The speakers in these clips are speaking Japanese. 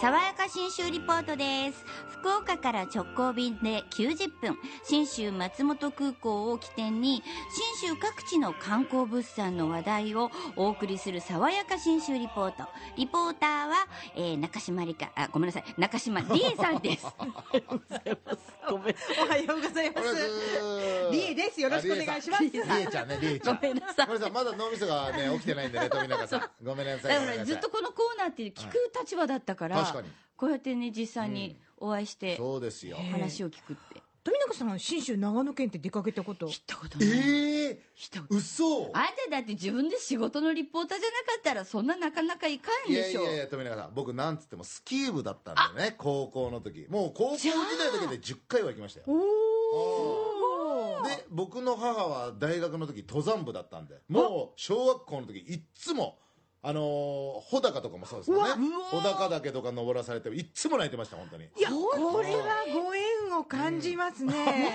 爽やか新州リポートです。福岡から直行便で90分、新州松本空港を起点に、新州各地の観光物産の話題をお送りする爽やか新州リポート。リポーターは、えー中島理香、あ、ごめんなさい、中島理恵さん です。ごめん。おはようございます。リエです。よろしくお願いします。リエちゃんね、リエちゃん。ごめんなさいごめんなさい、まだ脳みそがね、起きてないんでね、富 永さん。ごめんなさい。だごかめんなさらいずっとこのコーナーって聞く立場だったから、はい確かにこうやってね、実際にお会いして、そうですよ。話を聞くって。富永さん、信州長野県って出かけたこと。行ったことえない。ー、人嘘あんただって自分で仕事のリポーターじゃなかったらそんななかなかいかんいでやいしょやいや、富永さん、僕なんつってもスキー部だったんだよね、高校の時。もう高校時代だけで10回は行きましたよ。で、僕の母は大学の時登山部だったんで、もう小学校の時いっつも、あのー、穂高とかもそうですよね。穂高岳とか登らされて、いっつも泣いてました、本当に。いや、これはご縁を感じますね。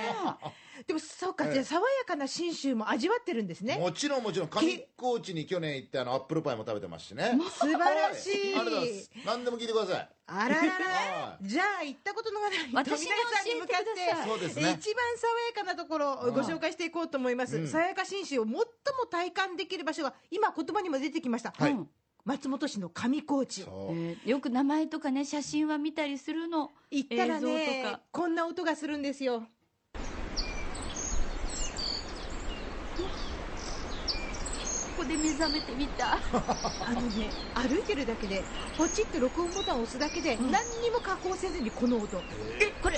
でも、そうか、じゃあ、爽やかな信州も味わってるんですね。もちろんもちろん、上高地に去年行って、あの、アップルパイも食べてますしね。素晴らしい。はいありがとうございます。何でも聞いてください。あららは ら。じゃあ、行ったことのない富永さん私もに向かっ教えてくだてさいそうです一ね番爽やかなところをご紹介していこうと思います。爽やか信州を最も体感できる場所が、今言葉にも出てきました。はいうん松本市の上高地。そう。えーよく名前とかね写真は見たりするの行ったら映像とねか、こんな音がするんですよ。ここで目覚めてみたあのね、歩いてるだけで、ポチッと録音ボタンを押すだけで、何にも加工せずにこの音。えこれ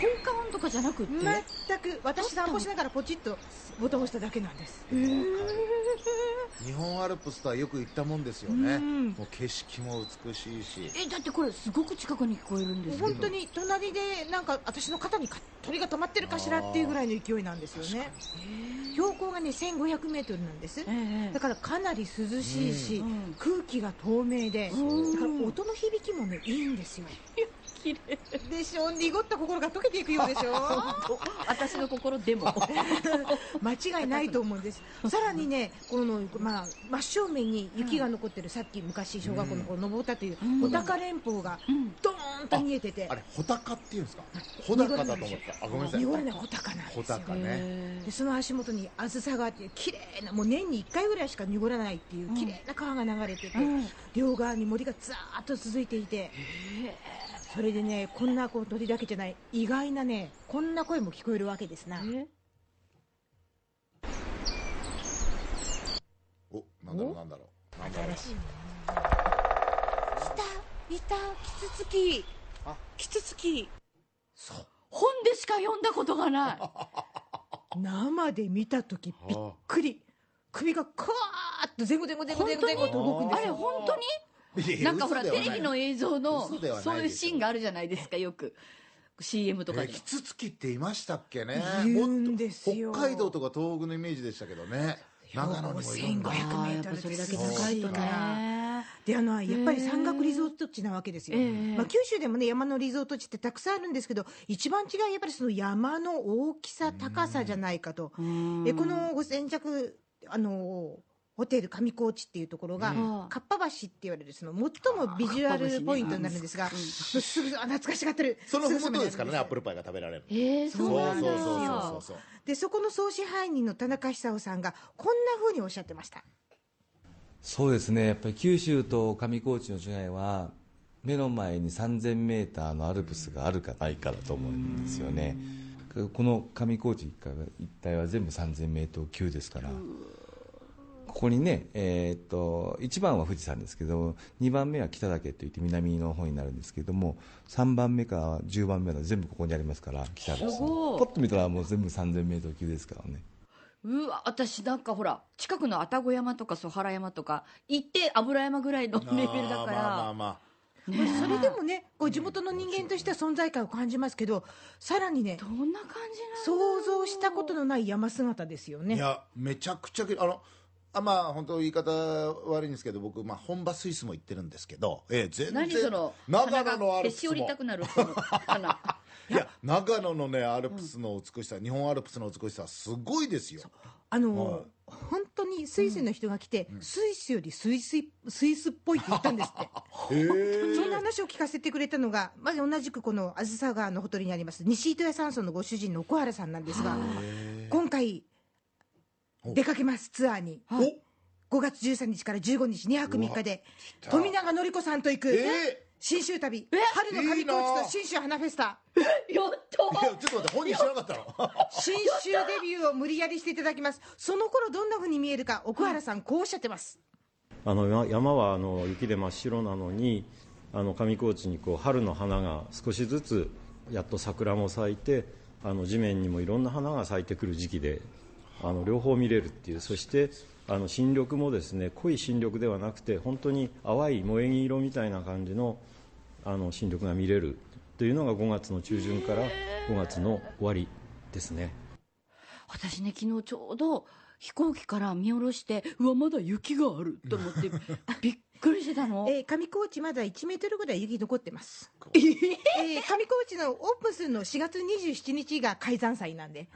効果音とかじゃなくって、全く、私散歩しながらポチッとボタンを押しただけなんです。日本アルプスとはよく行ったもんですようね。んもう景色も美しいし。えだってこれすごく近くに聞こえるんですけど本当に隣でなんか私の肩にか鳥が止まってるかしらっていうぐらいの勢いなんですよね標高がね1 5 0 0ルなんですええだからかなり涼しいし、うんうん空気が透明で、うんだから音の響きもねいいんですよ綺麗でしょ濁った心が溶けていくようでしょ私の心でも 間違いないと思うんですさらにねこの、まあ、真正面に雪が残ってる、さっき昔小学校の頃登ったといううん穂高連峰がうんドーンと見えててあれ、穂高っていうんですか穂高だと思った。あ、ごめんなさい。濁らない穂高なんですよ穂高ね。えでその足元にあずさ川っていう綺麗なもう年に1回ぐらいしか濁らないっていう綺麗な川が流れてて、うん両側に森がザーッと続いていてそれでねこんなこう鳥だけじゃない意外なねこんな声も聞こえるわけですなーえお、なんだろうなんだろう。なんだろう。いたキツツキキツツキそう。本でしか読んだことがない生で見た時びっくり首がカーッと前後前後前後前後前後と動くんですあれよ本当になんかほら、テレビの映像の嘘ではないでし、ょそういうシーンがあるじゃないですか、よく。CM とかえでもキ。ツツキっていましたっけねいるんですよもっと北海道とか東北のイメージでしたけどね長野にもいるんだ標高ああ、やっぱそれだけ高いとね。であのやっぱり山岳リゾート地なわけですよ、ええまあ、九州でもね山のリゾート地ってたくさんあるんですけど一番違いはやっぱりその山の大きさ高さじゃないかと、んえこのご先着あのホテル上高地っていうところが、うんかっぱ橋って言われるその最もビジュアルポイントになるんですが、かっぱ橋ね すぐあ懐かしがってるそのすぐそふばもとにあるんですからねアップルパイが食べられるのええ、そうなんだ。そうそうそうそうでそこの総支配人の田中久夫さんがこんな風におっしゃってましたそうですね、やっぱり九州と上高地の違いは、目の前に3000メーターのアルプスがあるかないかだと思うんですよね、この上高地一帯は全部3000メートル級ですから、ここにね、えーっと、1番は富士山ですけど、2番目は北岳といって南の方になるんですけども、3番目から10番目まで全部ここにありますから、北ですね、すごいポッと見たらもう全部3000メートル級ですからね。うわ、私なんかほら、近くの愛宕山とか曽原山とか、行って油山ぐらいのレベルだかまあまあら。ままあそれでもねこう地元の人間としては存在感を感じますけどさらにねどんな感じ想像したことのない山姿ですよあいね。やめちゃくちゃきあのあまあ本当言い方悪いんですけど僕、まあ、本場スイスも行ってるんですけど、ええ、全なの何そ然の、長野のアルへプしス折りもたくなる、その 花。いや長野のねアルプスの美しさ、日本アルプスの美しさすごいですよあの、はい本当にスイスの人が来て、スイスよりスイスいスイスっぽいって言ったんですって へえそんな話を聞かせてくれたのがまず同じくこの梓川のほとりにあります西糸屋山村のご主人の小原さんなんですが今回お出かけますツアーにお来5月13日から15日2泊3日でた富永典子さんと行く、え新州旅春の上高地と新州花フェスタやったーいやちょっと待って本人知らなかったの新州デビューを無理やりしていただきますその頃どんな風に見えるか奥原さんこうおっしゃってますあのや山はあの雪で真っ白なのにあの上高地にこう春の花が少しずつやっと桜も咲いてあの地面にもいろんな花が咲いてくる時期であの両方見れるっていうそしてあの新緑もですね濃い新緑ではなくて本当に淡い萌え木色みたいな感じのあの新緑が見れるというのが5月の中旬から5月の終わりですね。私ね、昨日ちょうど飛行機から見下ろして、うわ、まだ雪があると思って、びっくりしてたの。 えー上高地まだ1メートルぐらい雪残ってます、 えー上高地のオープンするの4月27日が開山祭なんで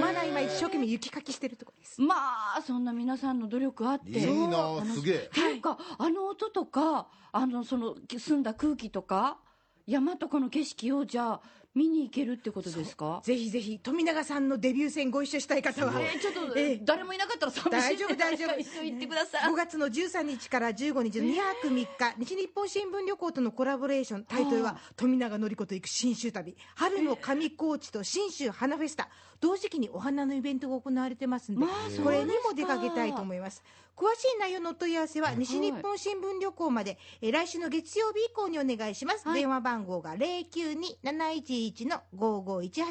まだ今一生懸命雪かきしてるとこですまあ、そんな皆さんの努力あって。いいなすげえっていうか、あの音とか、あの、その、澄んだ空気とか、山とかの景色を、じゃあ、見に行けるってことですかぜひぜひ富永さんのデビュー戦ご一緒したい方はえーちょっと、ええ誰もいなかったら寂しい大丈夫んで大丈夫一緒に行ってください。 5月の13日から15日の2泊3日、西日本新聞旅行とのコラボレーションタイトルは「富永典子と行く信州旅春の上高地と信州花フェスタ」同時期にお花のイベントが行われてますんで、まあそうですかこれにも出かけたいと思います詳しい内容のお問い合わせは西日本新聞旅行まで、えー来週の月曜日以降にお願いします、はい電話番号が092711の5518ホーム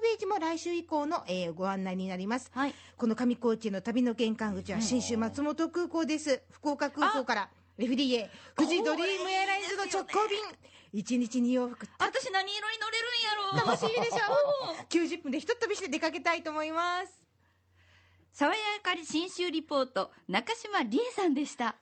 ページも来週以降の、えーご案内になりますはい。この上高地への旅の玄関口は新州松本空港です。福岡空港から FDA 富士ドリームエアラインズの直行便。1日2往復。私何色に乗れるんやろ楽しみでしょ90分でひとっ飛びして出かけたいと思います。爽やかに新州リポート中島理恵さんでした